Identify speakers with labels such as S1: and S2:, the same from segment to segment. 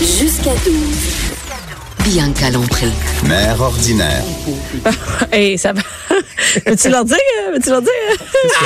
S1: Jusqu'à 12. Bien Lompré.
S2: Mère ordinaire.
S3: Hey, ça va. Veux-tu leur dire? euh, Veux-tu leur dire?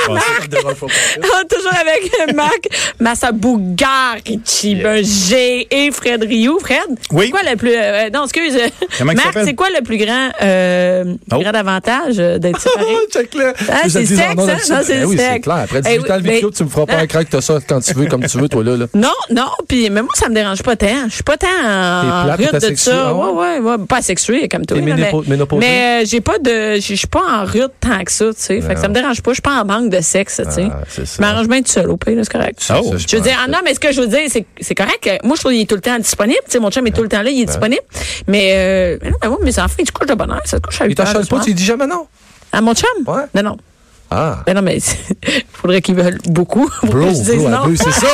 S3: Ah, toujours avec euh, Marc Massabougar, Chiba G et Fred Rioux. Fred,
S4: Oui.
S3: c'est quoi le plus. euh, euh, non, excuse.
S4: Comment il
S3: Marc,
S4: s'appelle?
S3: c'est quoi le plus grand, euh, le plus
S4: Oh.
S3: grand avantage euh, d'être séparé?
S4: Check-le.
S3: Ah,
S4: Vous
S3: c'est
S4: êtes des
S3: sexe,
S4: ordons
S3: hein?
S4: là-dessus.
S3: Non, c'est
S4: Eh oui,
S3: sexe.
S4: c'est clair. Après
S3: Eh
S4: 18 ans,
S3: oui,
S4: le
S3: mais-
S4: Vito, tu me feras pas un crack, t'as ça quand tu veux, comme tu veux, toi, là. là.
S3: Non, non, puis même moi, ça me dérange pas tant. Je suis pas tant en
S4: T'es plate,
S3: rut
S4: t'es
S3: de
S4: asexuée,
S3: ça.
S4: ah
S3: Ouais, ouais,
S4: ouais?
S3: ouais, pas asexuée comme toi.
S4: T'es
S3: là,
S4: ménépo-
S3: mais
S4: ménopausée?
S3: mais, euh, j'ai pas de. Je suis pas en rut tant que ça, tu sais. Fait que ça me dérange pas. Je suis pas en manque de sexe, tu sais.
S4: Ah, c'est ça.
S3: Je m'arrange bien tout seul, au pire, là, c'est correct.
S4: Oh,
S3: Je, veux dire, ah non, mais ce que je veux dire, c'est que c'est correct. que Moi, je trouve qu'il est tout le temps disponible. Tu sais, mon chum est tout le temps là, il est disponible. Mais, euh, mais non, mais moi, mes enfants, ils se couchent de bonheur. Ça se couche à
S4: Il
S3: 8 heures.
S4: t'achète
S3: le
S4: pas,
S3: soir.
S4: tu lui dis jamais non.
S3: À mon chum?
S4: Ouais.
S3: Non, non.
S4: Ah.
S3: Ben non, mais il faudrait qu'ils veulent beaucoup. pour que
S4: Bro,
S3: je dise
S4: bro, à
S3: non.
S4: deux, c'est ça.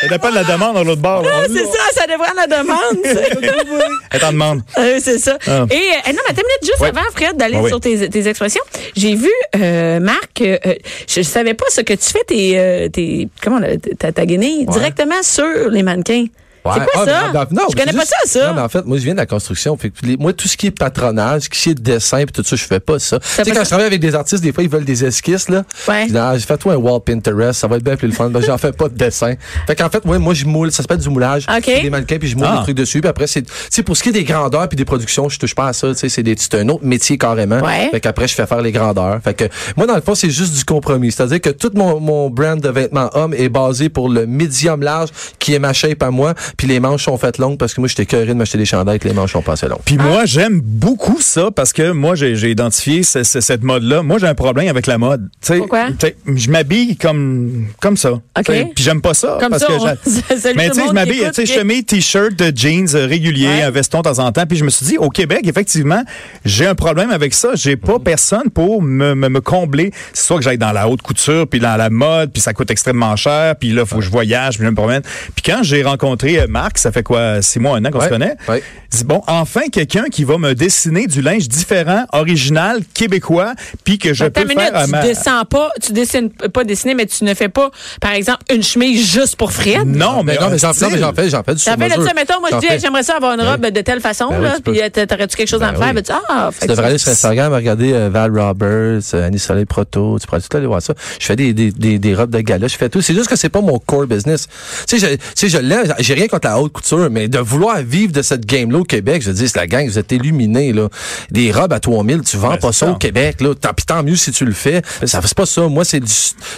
S5: Ça dépend de la demande à l'autre bord. là.
S3: Ah, c'est ça, ça devrait être la demande. tu sais.
S5: Elle t'en demande.
S3: Euh, c'est ça.
S5: Ah.
S3: Et euh, non, mais attends une minute, juste avant, Fred, d'aller
S5: Ah oui.
S3: sur tes, tes expressions, j'ai vu, euh, Marc, euh, euh, je, je savais pas ce que tu fais, tes, euh, tes comment, on a- ta, ta guenille, directement sur les mannequins. C'est
S4: Ouais.
S3: quoi
S4: Ah,
S3: ça?
S4: mais en- non,
S3: je connais pas
S4: c'est juste-
S3: ça, ça.
S4: Non, mais en fait, moi, je viens de la construction. Fait que les- moi, tout ce qui est patronage, ce qui est dessin, puis tout ça, je fais pas ça. Tu sais,
S3: fait
S4: quand
S3: ça.
S4: je travaille avec des artistes, des fois, ils veulent des esquisses, là.
S3: Ouais.
S4: Je dis, Ah, fais-toi un wall Pinterest, ça va être bien plus le fun. Ben, j'en fais pas de dessin. Fait qu'en fait, ouais, moi, je moule, ça s'appelle du moulage.
S3: OK.
S4: Je fais des mannequins, puis je moule
S5: Ah.
S4: des trucs dessus, puis après, c'est, tu sais, pour ce qui est des grandeurs puis des productions, je touche pas à ça, tu sais, c'est des, c'est un autre métier carrément.
S3: Ouais.
S4: Fait qu'après, je fais faire les grandeurs. Fait que, moi, dans le fond, c'est juste du compromis. C'est-à-dire que tout mon, mon brand de vêtements hommes est basé pour le medium large, qui est ma shape à moi, puis les manches sont faites longues parce que moi, j'étais curé de m'acheter des chandails que les manches sont pas assez longues.
S3: Ah.
S5: Puis moi, j'aime beaucoup ça parce que moi, j'ai j'ai identifié ce- ce- cette mode-là. Moi, j'ai un problème avec la mode. Tu sais,
S3: Pourquoi?
S5: tu sais, Je m'habille comme, comme ça.
S3: OK.
S5: Tu sais, Puis j'aime pas ça.
S3: Comme
S5: parce
S3: ça,
S5: que
S3: on-
S5: j'a-
S3: salut
S5: Mais
S3: tout
S5: tu sais, je
S3: le monde qui
S5: m'habille, tu
S3: écoute,
S5: sais,
S3: qui-
S5: chemise, t-shirt, de jeans euh, régulier,
S3: Ouais.
S5: un veston de temps en temps. Puis je me suis dit, au Québec, effectivement, j'ai un problème avec ça. J'ai
S3: Mm.
S5: pas personne pour me, me, me combler. C'est soit que j'aille dans la haute couture, puis dans la mode, puis ça coûte extrêmement cher, puis là, faut que je voyage, puis je me promène. Puis quand j'ai rencontré euh, Marc, ça fait quoi, six mois, un an qu'on se
S4: Ouais.
S5: connaît,
S4: Ouais.
S5: Dis, bon, enfin quelqu'un qui va me dessiner du linge différent, original, québécois, puis que je
S3: Attends
S5: peux
S3: Ben, une minute,
S5: faire à
S3: tu
S5: ma...
S3: descends pas, tu dessines pas dessiner, mais tu ne fais pas, par exemple, une chemise juste pour Fred.
S5: Non, mais,
S4: Mais Ben, non, mais j'en
S5: un
S4: non, mais j'en
S5: style.
S4: fais, j'en fais du
S3: Ça fait là, tu
S4: sur-mesure.
S3: sais, mettons, moi, je
S4: J'en
S3: dis,
S4: fais.
S3: hey, j'aimerais ça avoir une robe de telle façon,
S4: Ben oui,
S3: là,
S4: tu peux.
S3: puis euh, t'a- t'aurais-tu quelque chose à me
S4: Ben
S3: faire?
S4: oui.
S3: Ben, tu, ah, fait
S4: Tu
S3: que
S4: devrais
S3: ça-
S4: aller sur Instagram, regarder euh, Val Roberts, euh, Annie Soleil Proto. Tu pourrais tout aller voir ça. Je fais des, des, des, des robes de gala, je fais tout. C'est juste que c'est pas mon core business. Tu sais, je, tu sais, je l'ai, j'ai rien contre la haute couture, mais de vouloir vivre de cette game-là au Québec, je dis, c'est la gang, vous êtes illuminés, là. Des robes à 3000, tu vends
S5: Ben,
S4: pas
S5: c'est
S4: ça au
S5: ça.
S4: Québec, là. Tant, pis tant mieux si tu le fais. Ça fait pas ça. Moi, c'est du,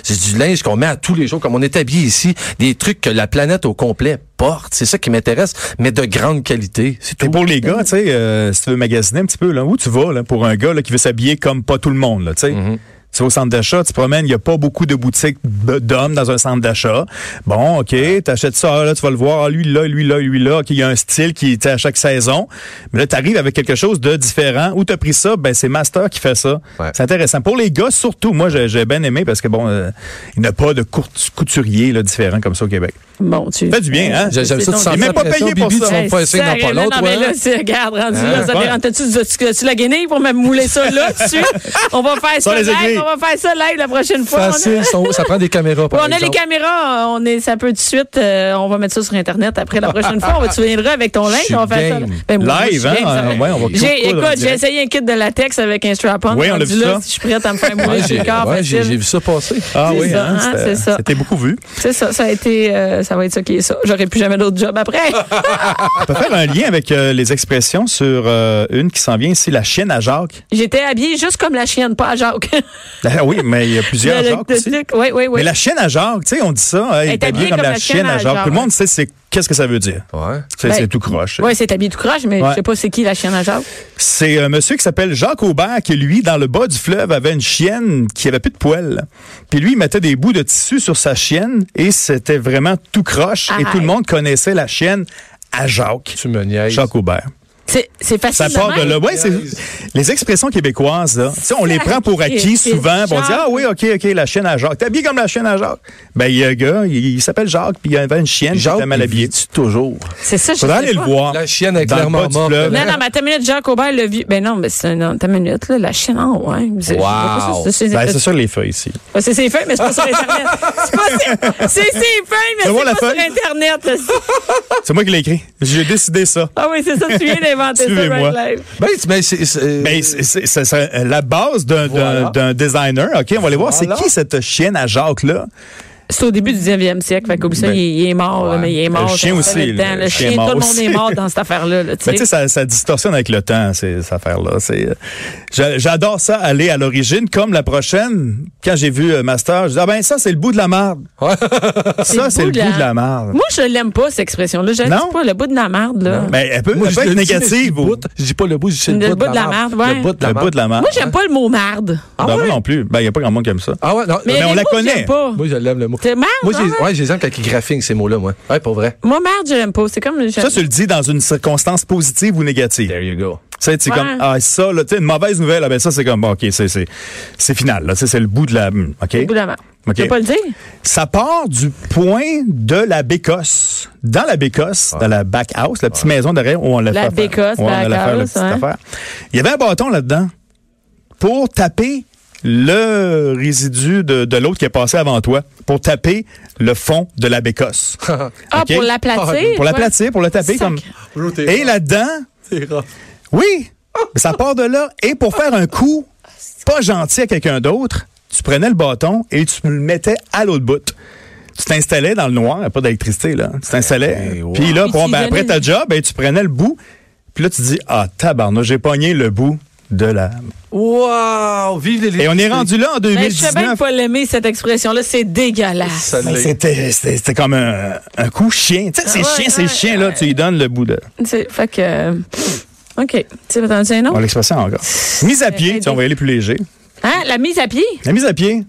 S4: c'est du linge qu'on met à tous les jours, comme on est habillé ici. Des trucs que la planète au complet porte. C'est ça qui m'intéresse, mais de grande qualité. C'est tout.
S5: Et pour les gars, tu sais, euh, si tu veux magasiner un petit peu, là, où tu vas là, pour un gars là, qui veut s'habiller comme pas tout le monde, là, tu sais?
S4: Mm-hmm.
S5: Tu vas au centre d'achat, tu te promènes, il n'y a pas beaucoup de boutiques b- d'hommes dans un centre d'achat. Bon, OK, tu achètes ça, ah, là, tu vas le voir, ah, lui là, lui là, lui là, OK, il y a un style qui est à chaque saison. Mais là, tu arrives avec quelque chose de différent. Où tu as pris ça? Ben, c'est Master qui fait ça.
S4: Ouais.
S5: C'est intéressant. Pour les gars, surtout, moi, j'ai j'ai bien aimé parce que, bon, euh, il n'y a pas de court- couturier là, différent comme ça au Québec.
S3: Bon, tu. ben,
S5: Fait du bien, hein?
S4: J'ai- J'aime
S3: C'est
S4: ça, tu
S3: donc-
S4: sens
S3: J'ai
S5: même pas payé pour
S4: Bibi,
S5: ça.
S4: tu vas me faire essayer dans
S3: Hey,
S4: pas
S3: non,
S4: l'autre,
S3: mais là,
S4: ouais.
S3: c'est- regarde, rendu là,
S4: Hein?
S3: ça dérange. T'as-tu tu- tu la guenille pour me mouler ça là, tout de suite? On va faire ça
S5: les aiguilles.
S3: live, on va faire ça live la prochaine fois. On a-
S4: Facile, ça- ça prend des caméras.
S3: Ouais,
S4: Par
S3: on a les
S4: exemple.
S3: caméras, on est, ça peut tout de suite, euh, on va mettre ça sur Internet après la prochaine fois. On va, tu viendras avec ton linge,
S4: Je suis
S3: on va faire ça.
S4: game.
S3: Ben, moi,
S5: Live,
S3: je suis game,
S5: hein?
S3: ça.
S5: Ouais, on va tout
S3: J'ai,
S5: coudre en
S3: écoute, j'ai
S5: direct.
S3: essayé un kit de latex avec un strap-on.
S5: Oui, on l'a
S3: Rendu
S5: vu
S3: là,
S5: ça.
S3: si Je suis prête à me faire
S4: Ouais,
S3: mouler
S4: j'ai
S3: sur le corps.
S4: ouais, j'ai- j'ai
S3: facile.
S4: vu ça passer.
S5: Ah
S3: C'est
S5: oui,
S3: ça,
S5: hein,
S3: hein,
S5: c'était-
S3: c'est ça.
S5: C'était beaucoup vu.
S3: C'est ça, ça a été, euh, ça va être ça qui est ça. J'aurai plus jamais d'autre job après.
S5: On peut faire un lien avec euh, les expressions sur euh, une qui s'en vient ici, la chienne à Jacques.
S3: J'étais habillée juste comme la chienne, pas à Jacques.
S5: Ah oui, mais il y a plusieurs
S3: Le- le-
S5: Jacques
S3: le-
S5: aussi.
S3: le- oui, oui, oui.
S5: Mais la chienne à Jacques, tu sais, on dit ça, hein, hey,
S3: Elle est
S5: t'es habillée comme, la chienne à Jacques. Tout le monde sait c'est qu'est-ce que ça veut dire.
S4: Ouais.
S5: C'est
S3: Ben,
S5: c'est tout croche.
S3: Oui, c'est habillé tout croche, mais
S5: Ouais.
S3: je sais pas c'est qui la chienne à Jacques.
S5: C'est un monsieur qui s'appelle Jacques Aubert qui, lui, dans le bas du fleuve, avait une chienne qui avait plus de poils. Puis lui, il mettait des bouts de tissu sur sa chienne et c'était vraiment tout croche. Et
S3: Arrête.
S5: tout le monde connaissait la chienne à Jacques.
S4: Tu me niaises.
S5: Jacques Aubert.
S3: C'est c'est facile.
S5: Ça part de
S3: même.
S5: là. Ouais, c'est les expressions québécoises, là. Tu sais, on les prend pour acquis souvent. puis On dit, ah oui, OK, OK, la chienne à Jacques. T'es habillé comme la chienne à Jacques. Ben, il y a un gars, il, il s'appelle Jacques, puis il avait une chienne, qui
S4: Jacques,
S5: était mal habillée.
S4: tu toujours.
S3: C'est ça, je
S5: Faudrait
S3: sais
S5: aller le
S3: pas.
S5: voir.
S4: La chienne est
S5: Dans le
S4: clairement
S5: bas du
S4: morte.
S5: fleuve.
S3: Non, non, mais ta minute, Jacques Aubert, le vieux. Ben non, mais c'est un. Ta minute, là, la chaîne en haut, hein. C'est-
S4: Wow.
S3: C'est c'est-
S5: Ben, c'est
S3: c'est-
S5: sur les feuilles ici.
S3: Ouais, c'est ses feuilles, mais c'est pas sur Internet. C'est pas ses- C'est ses feuilles, mais
S5: C'est moi, la
S3: c'est pas sur
S5: feuille?
S3: Internet. là.
S5: C'est moi qui l'ai écrit. J'ai décidé ça.
S3: Ah oui, c'est ça, tu viens d'inventer ça,
S5: Suivez-moi.
S3: Right Live.
S4: Ben, tu- ben, c'est. c'est-
S5: Ben, c'est- c'est c'est- c'est la base d'un d'un-
S4: Voilà.
S5: d'un designer. OK, on va aller voir.
S4: Voilà.
S5: C'est qui cette chienne à Jacques-là?
S3: C'est au début du 19e siècle. Fait qu'oublie ça,
S4: Ben,
S3: il, il est mort, là, mais il est mort.
S5: Le chien
S3: ça
S5: aussi,
S3: fait
S5: là,
S3: temps.
S5: le
S3: Le, chien,
S5: chien mort
S3: tout le monde
S5: aussi.
S3: est mort dans cette affaire-là. là, tu
S5: Ben, tu
S3: sais.
S5: sais, ça, ça distorsionne avec le temps, ces, ces affaires-là. C'est, euh, j'a- j'adore ça, aller à l'origine, comme la prochaine. Quand j'ai vu euh, Master, je dis, ah ben, ça, c'est le bout de la marde. ça, c'est le bout de la marde.
S3: Moi, je l'aime pas, cette expression-là. Je l'aime
S5: Non?
S3: pas, le bout de la merde, là.
S5: Ben, elle peut,
S4: Moi,
S5: elle
S4: je
S5: peut
S4: le
S5: être
S4: dis, mais je dis
S5: négative. au-
S4: bout. Je dis pas le bout, je dis
S3: Le
S4: le
S3: bout de la
S4: marde.
S3: merde, ouais.
S4: Le bout de la
S5: le bout
S4: merde.
S5: de la marde.
S3: Moi, j'aime pas le mot marde.
S4: Ah
S5: Ben,
S4: ouais?
S5: moi non plus. Ben, il n'y a pas grand monde qui aime ça.
S4: Ah ouais, non.
S3: Mais,
S5: Mais on la
S3: les mots que
S5: connaît.
S3: j'aime Pas.
S4: Moi, je l'aime le mot.
S3: C'est marde,
S4: Moi, j'ai-
S3: hein?
S4: ouais, j'ai les aime quand ils graphiquent ces mots-là, moi. Ouais, pour vrai.
S3: Moi, marde, je l'aime pas. C'est comme. je-
S5: Ça, tu le dis dans une circonstance positive ou négative.
S4: There you go.
S5: Tu sais, c'est
S3: Ouais.
S5: comme, ah, ça, là, tu sais, une mauvaise nouvelle, ah ben ça, c'est comme, bon, OK, c'est, c'est, c'est final, là, Tu sais, c'est le bout de la, hmm, OK?
S3: Le bout de la marde.
S5: Ok.
S3: Tu veux pas le dire?
S5: Ça part du point de la Bécosse. Dans la Bécosse, dans la back house, la petite maison derrière où on l'a
S3: La
S5: fait faire-
S3: Bécosse,
S5: où on allait
S3: back
S5: faire la
S3: house,
S5: petite
S3: ouais.
S5: affaire. Il y avait un bâton là-dedans pour taper le résidu de, de l'autre qui est passé avant toi, pour taper le fond de la Bécosse.
S3: Ah,
S5: Ok?
S3: pour l'aplatir.
S5: Pour l'aplatir, pour le taper
S3: Sac.
S5: comme...
S4: Et
S5: Et là-dedans, oui, ça part de là. Et pour faire un coup pas gentil à quelqu'un d'autre, tu prenais le bâton et tu le mettais à l'autre bout. Tu t'installais dans le noir, y a pas d'électricité, là. Tu t'installais.
S4: Hey, wow.
S5: Puis là,
S3: Puis
S5: bon,
S3: tu
S5: ben,
S3: donnais
S5: après ta
S3: une-
S5: job, ben, tu prenais le bout. Puis là, tu dis, ah, tabarnak, j'ai pogné le bout de la...
S4: Wow! Vive les
S5: Et on est rendu là en
S3: Mais Ben, je sais
S5: 2019.
S3: bien que pas l'aimer cette expression-là, c'est dégueulasse.
S4: Ça
S5: Ben,
S4: l'est.
S5: C'était c'était- c'était comme un, un coup chien. Tu sais, c'est
S3: Ouais,
S5: chien, c'est
S3: ouais,
S5: chien, là.
S3: ouais.
S5: Tu lui donnes le bout de...
S3: C'est- Fait que. euh, OK. Tu as entendu un
S5: On
S3: autre?
S5: l'expressait encore. Mise à pied, tu sais, on va y aller plus léger.
S3: Hein? La mise à pied?
S5: La mise à pied.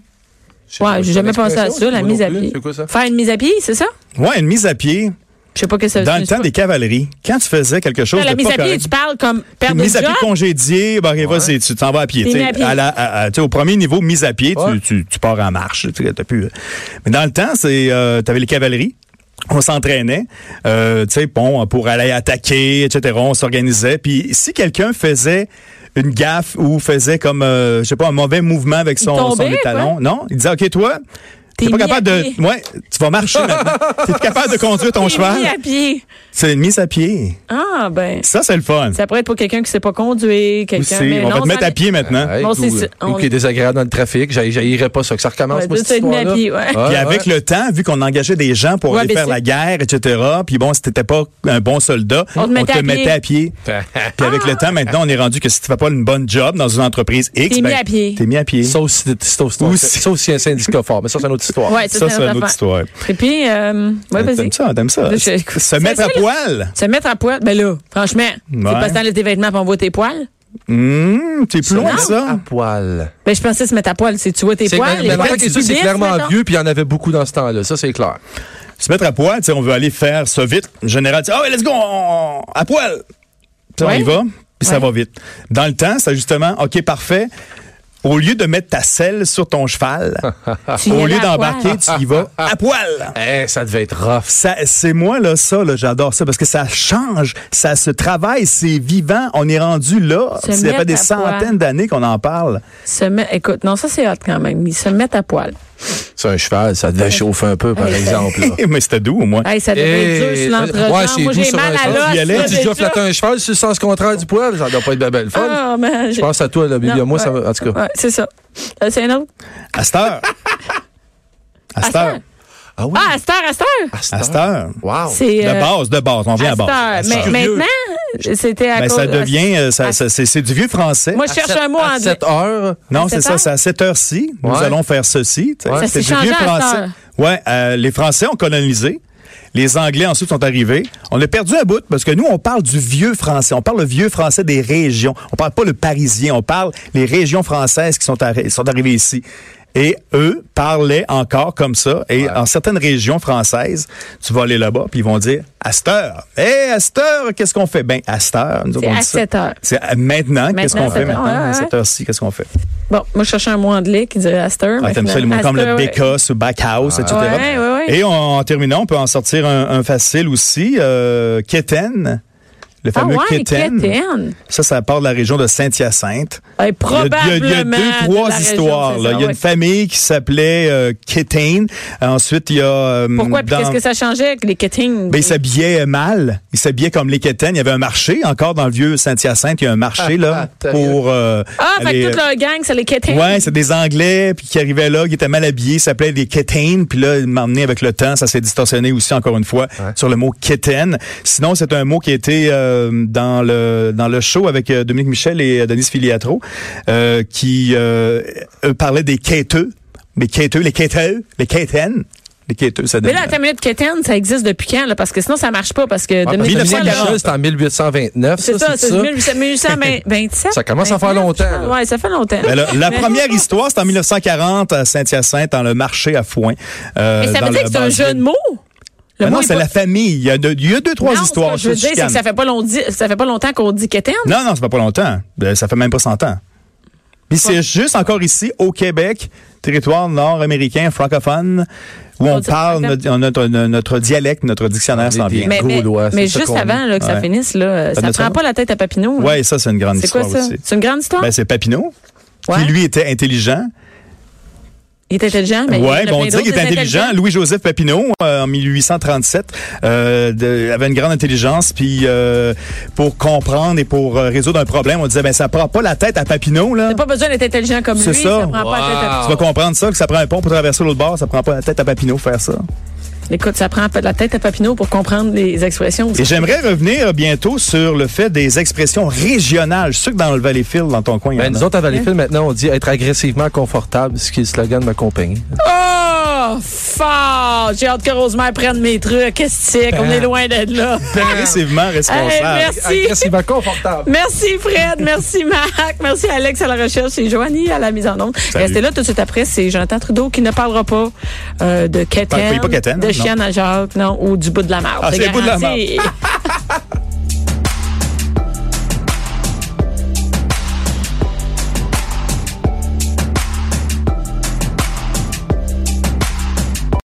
S3: Ouais, j'ai jamais pensé à ça, la mise à pied.
S4: C'est quoi ça?
S3: Faire une mise à pied, c'est ça?
S5: Ouais, une mise à pied.
S3: Je sais pas que ça
S5: Dans
S3: Euh, je
S5: le
S3: sais
S5: temps
S3: pas.
S5: des cavaleries, quand tu faisais quelque chose
S3: Ah, La
S5: de
S3: mise
S5: pas
S3: à pied,
S5: correct,
S3: tu parles comme perdre
S5: une mise
S3: le
S5: à
S3: job.
S5: pied congédiée, ben, vas-y, tu t'en vas à pied.
S3: T'es
S5: tu sais.
S3: mis à pied.
S5: À la- à- à- tu sais, au premier niveau, mise à pied, tu-
S4: Ouais.
S5: tu, tu pars en marche. tu sais, t'as plus, euh. Mais dans le temps, c'est euh, tu avais les cavaleries. On s'entraînait, euh, tu sais, bon, pour aller attaquer, etc. On s'organisait. Puis si quelqu'un faisait une gaffe ou faisait comme, euh, je sais pas, un mauvais mouvement avec son, son
S3: tombait,
S5: étalon, non, il disait, ok, toi,
S3: T'es
S5: t'es pas
S3: mis
S5: capable
S3: à
S5: de,
S3: pied.
S5: ouais, tu vas marcher. maintenant. t'es plus capable de conduire ton
S3: Une
S5: cheval.
S3: mise à pied.
S5: C'est une mise à pied.
S3: Ah, ben.
S5: Ça, c'est le fun.
S3: Ça pourrait être pour quelqu'un qui sait pas conduire,
S5: Aussi,
S3: quelqu'un. mais
S5: on va
S3: non,
S5: te mettre
S3: ça-
S5: à pied maintenant.
S4: Hey,
S3: Bon,
S4: ou,
S3: c'est ça,
S4: euh,
S3: on-
S4: ou qui est désagréable dans le trafic, j'aille- j'haïrais pas ça, que ça recommence,
S3: Ouais,
S4: moi,
S3: tu
S4: cette
S3: vas être mis à
S4: histoire-là.
S3: pied, ouais.
S4: Ouais,
S5: Puis avec
S4: ouais.
S5: le temps, vu qu'on engageait des gens pour
S3: Ouais,
S5: aller
S3: bien
S5: faire
S3: sûr.
S5: la guerre, etc., puis bon, si t'étais pas un bon soldat,
S3: On te mettait
S5: à
S3: à pied.
S5: pied. Puis avec le temps, maintenant, on est rendu que si tu fais pas une bonne job dans une entreprise X,
S3: T'es mis
S5: ben,
S3: à pied.
S5: T'es mis à pied.
S4: Sauf si, sauf, si-
S5: Ou si-
S4: sauf si un syndicat fort, mais ça, c'est une autre histoire.
S3: Ouais,
S5: ça, c'est une autre
S3: affaire.
S5: histoire.
S3: Et puis, euh, ouais, vas-y.
S5: T'aimes ça, t'aimes ça.
S3: Je-
S5: Se
S3: Ça,
S5: mettre à
S3: c'est-
S5: poil.
S3: Se mettre à poil, ben là, franchement, c'est
S5: Ouais.
S3: pas se t'enlèves tes vêtements pour on voit tes poils.
S5: Hum, t'es plus loin que
S4: Non, À
S5: ça.
S4: poil.
S3: Ben, je pensais se mettre à poil, c'est tu vois tes
S4: C'est
S3: poils.
S4: mais-
S3: les
S4: mais
S3: poils
S4: l'affaire qui est
S3: du
S4: sûre, c'est
S3: biceps,
S4: clairement
S3: mettons.
S4: vieux, puis il y en avait beaucoup dans ce temps-là. Ça, c'est clair.
S5: Se mettre à poil, tu sais, on veut aller faire ça vite. En général, tu dis, oh, let's go, on- à poil. Puis on
S3: Ouais.
S5: y va, puis ça
S3: Ouais.
S5: va vite. Dans le temps, c'est justement, OK, parfait. Au lieu de mettre ta selle sur ton cheval,
S3: Tu y
S5: au
S3: allais
S5: lieu
S3: à poil.
S5: d'embarquer, tu y vas à poil.
S4: Eh, ça devait être rough.
S5: Ça, c'est moi, là, ça, là, j'adore ça, parce que ça change, ça se travaille, c'est vivant, on est rendu là.
S3: Se
S5: Ça fait
S3: mettre
S5: des
S3: à
S5: centaines
S3: poil.
S5: d'années qu'on en parle.
S3: Se met- écoute, non, ça c'est hot quand même. Ils se mettent à poil.
S4: C'est un cheval, ça devait chauffer un peu, par exemple. là.
S5: Mais c'était doux, au moins.
S3: Hey, ça devait être dur
S4: Eh,
S3: sur l'entrejambe.
S4: ouais, c'est
S3: Moi,
S4: doux
S3: j'ai
S4: sur
S3: mal
S4: un
S3: à
S4: sens.
S3: l'os.
S5: Tu y allais,
S3: là,
S4: Tu dis, je
S3: déjà.
S4: vais flatter un cheval sur le sens contraire du poil, ça doit pas être bien belle fun.
S3: Ah, man,
S4: Je
S3: j'ai-
S4: pense à toi, là, Bibi.
S3: Non,
S4: Moi, ça
S3: ouais.
S4: me- En tout cas.
S3: Ouais, c'est ça. Euh, C'est un autre.
S5: À cette heure. À cette
S3: À
S5: heure.
S3: cette
S4: Ah oui?
S3: Ah, à cette heure, à cette heure.
S4: à cette
S5: À cette heure.
S4: Wow.
S3: C'est.
S5: De
S3: euh,
S5: base, de base, on vient à
S3: à cette
S5: base. À
S3: heure.
S5: cette
S3: Mais
S5: heure.
S3: maintenant, c'était à
S5: Ben,
S3: cause.
S5: ça devient, euh, ça-
S3: à-
S5: ça- c'est c'est du vieux français.
S3: Moi, je cherche
S4: Sept-
S3: un mot
S4: à
S3: en.
S4: sept heures.
S5: non,
S3: à
S5: c'est
S3: cette
S5: ça,
S3: heure?
S5: c'est à cette heure-ci, nous
S4: Ouais.
S5: allons faire ceci. tu sais.
S4: Ouais. Ça
S5: C'est
S3: s'est
S5: du vieux
S3: changé à cette
S5: français.
S3: heure.
S5: Ouais, euh, les Français ont colonisé. Les Anglais ensuite sont arrivés. On a perdu un bout parce que nous, on parle du vieux français. On parle le vieux français des régions. On parle pas le parisien. On parle les régions françaises qui sont, arri- sont arrivées ici. Et eux parlaient encore comme ça. Et en certaines régions françaises, tu vas aller là-bas, puis ils vont dire à cette heure. Hé, à cette heure, qu'est-ce qu'on fait? Ben, à cette heure. nous autres,
S3: C'est
S5: on
S3: à
S5: dit ça.
S3: cette heure.
S5: C'est à- maintenant, qu'est-ce
S3: Maintenant,
S5: qu'on
S3: à
S5: fait
S3: cette heure,
S5: maintenant?
S3: ouais,
S5: À
S3: ouais.
S5: cette heure-ci, qu'est-ce qu'on fait?
S3: Bon, moi, je cherchais un mot anglais qui dirait Aster.
S5: Ah,
S3: mais
S5: t'aimes ça, les mots
S3: finalement,
S5: comme le
S3: Aster, ouais. Ah.
S5: Bécasse, ou Backhouse, etc.
S3: Ouais, ouais, ouais.
S5: Et on- en terminant, on peut en sortir un, un facile aussi, euh, Kéten, le
S3: Ah
S5: fameux
S3: ouais,
S5: Kéten.
S3: Kéten.
S5: Ça, ça part de la région de Saint-Hyacinthe.
S3: Eh,
S5: Il y a-
S3: probablement.
S5: Il y a, il y a deux,
S3: de la
S5: trois
S3: région,
S5: histoires.
S3: c'est
S5: là.
S3: ça,
S5: Il y a
S3: ouais.
S5: une famille qui s'appelait euh, Kéten. Ensuite, il y a... euh,
S3: Pourquoi? Puis
S5: dans-
S3: qu'est-ce que ça changeait avec les Kétings?
S5: ben, il s'habillait mal. Il s'habillait comme les Kéten. Il y avait un marché encore dans le vieux Saint-Hyacinthe. Il y a un marché là pour. euh,
S3: ah, fait
S5: aller-
S3: que toute leur gang, c'est les Kétings.
S5: Ouais, c'est des Anglais puis qui arrivaient là, qui étaient mal habillés, ça s'appelait des Kétaines, puis là, m'emmener avec le temps, ça s'est distorsionné aussi encore une fois sur le mot Kétaine. Sinon, c'est un mot qui était euh, dans le dans le show avec euh, Dominique Michel et euh, Denise Filiatro, euh, qui euh, eux parlaient des quêteux, les quêteux, les quêteux, les quétaines. Les quêteux, ça
S3: Mais
S5: donne-
S3: là, ta minute Kéten, ça existe depuis quand? là? Parce que sinon, ça marche pas. Parce que
S4: Ouais,
S3: Dominique
S4: parce que
S3: Michel,
S5: 1940.
S4: Michel, c'est en 1829,
S3: c'est ça,
S4: ça,
S3: c'est 1827.
S4: Ça commence à faire longtemps, là.
S3: Ouais, ça fait longtemps.
S5: Ben là, la
S3: Mais-
S5: première histoire, c'est en 1940 à Saint-Hyacinthe, dans le marché à Foin. euh,
S3: Mais ça
S5: dans
S3: veut dire
S5: le
S3: que c'est un
S5: bas-ville.
S3: jeu de mots? Le
S5: Ben
S3: mot
S5: non,
S3: est
S5: c'est
S3: pas-
S5: la famille. Il y a, deux- il y a deux, trois
S3: Non,
S5: histoires.
S3: Ce que je veux
S5: sur
S3: dire, c'est que
S5: chicane.
S3: ça fait pas, long- ça fait pas longtemps qu'on dit Kéten.
S5: Non, non, ça fait pas longtemps. Euh, Ça fait même pas 100 ans. Puis c'est juste encore ici, au Québec, territoire nord-américain, francophone, où on
S3: dit-
S5: parle notre, notre, notre dialecte, notre dictionnaire s'en vient.
S3: Mais, mais,
S4: Gaulois, c'est
S3: mais
S4: ça
S3: juste
S4: qu'on
S3: avant là, que ça
S5: Ouais.
S3: finisse, là, ça
S5: de
S3: prend
S5: ça?
S3: pas la tête à Papineau. là.
S5: Oui, ça, c'est une grande
S3: c'est
S5: histoire
S3: quoi ça?
S5: aussi.
S3: C'est une grande histoire?
S5: Ben, c'est Papineau,
S3: Ouais.
S5: qui lui était intelligent.
S3: Il est intelligent, mais il y en a
S5: Oui,
S3: plein
S5: on dirait qu'il
S3: d'autres
S5: était
S3: des
S5: intelligent.
S3: intelligents.
S5: Louis-Joseph Papineau, euh, en 1837, euh, de- avait une grande intelligence. Puis euh, pour comprendre et pour euh, résoudre un problème, on disait, ben ça prend pas la tête à Papineau. Là.
S3: T'as pas besoin d'être intelligent comme lui,
S5: C'est
S3: ça,
S5: ça.
S3: prend pas la tête à
S5: Tu
S4: Ah.
S5: vas comprendre ça, que ça prend un pont pour traverser l'autre bord, ça prend pas la tête à Papineau faire ça.
S3: Écoute, ça prend la tête à Papineau pour comprendre les expressions.
S5: Et j'aimerais revenir bientôt sur le fait des expressions régionales. Je suis sûr que dans le Valleyfield, dans ton coin, il y
S4: Ben,
S5: en a.
S4: nous autres, à Valleyfield, maintenant, on dit être agressivement confortable, ce qui est le slogan de ma compagnie.
S3: Oh, fort! J'ai hâte que Rosemère prenne mes trucs. Qu'est-ce que c'est?
S5: Ben,
S3: qu'on est loin d'être là.
S5: Progressivement
S4: Ah.
S5: responsable.
S3: Hey, merci.
S4: Agressivement confortable.
S3: Merci Fred, merci Marc, merci Alex à la recherche et Joanie à la mise en onde.
S5: Salut.
S3: Restez là tout de suite après, c'est Jonathan Trudeau qui ne parlera pas euh, de
S5: Pas-
S3: Kéten,
S5: pas Kéten,
S3: de
S5: non.
S3: Chienne à Jacques, non, ou du bout de la marde.
S5: Ah, c'est le bout de la
S3: garanti.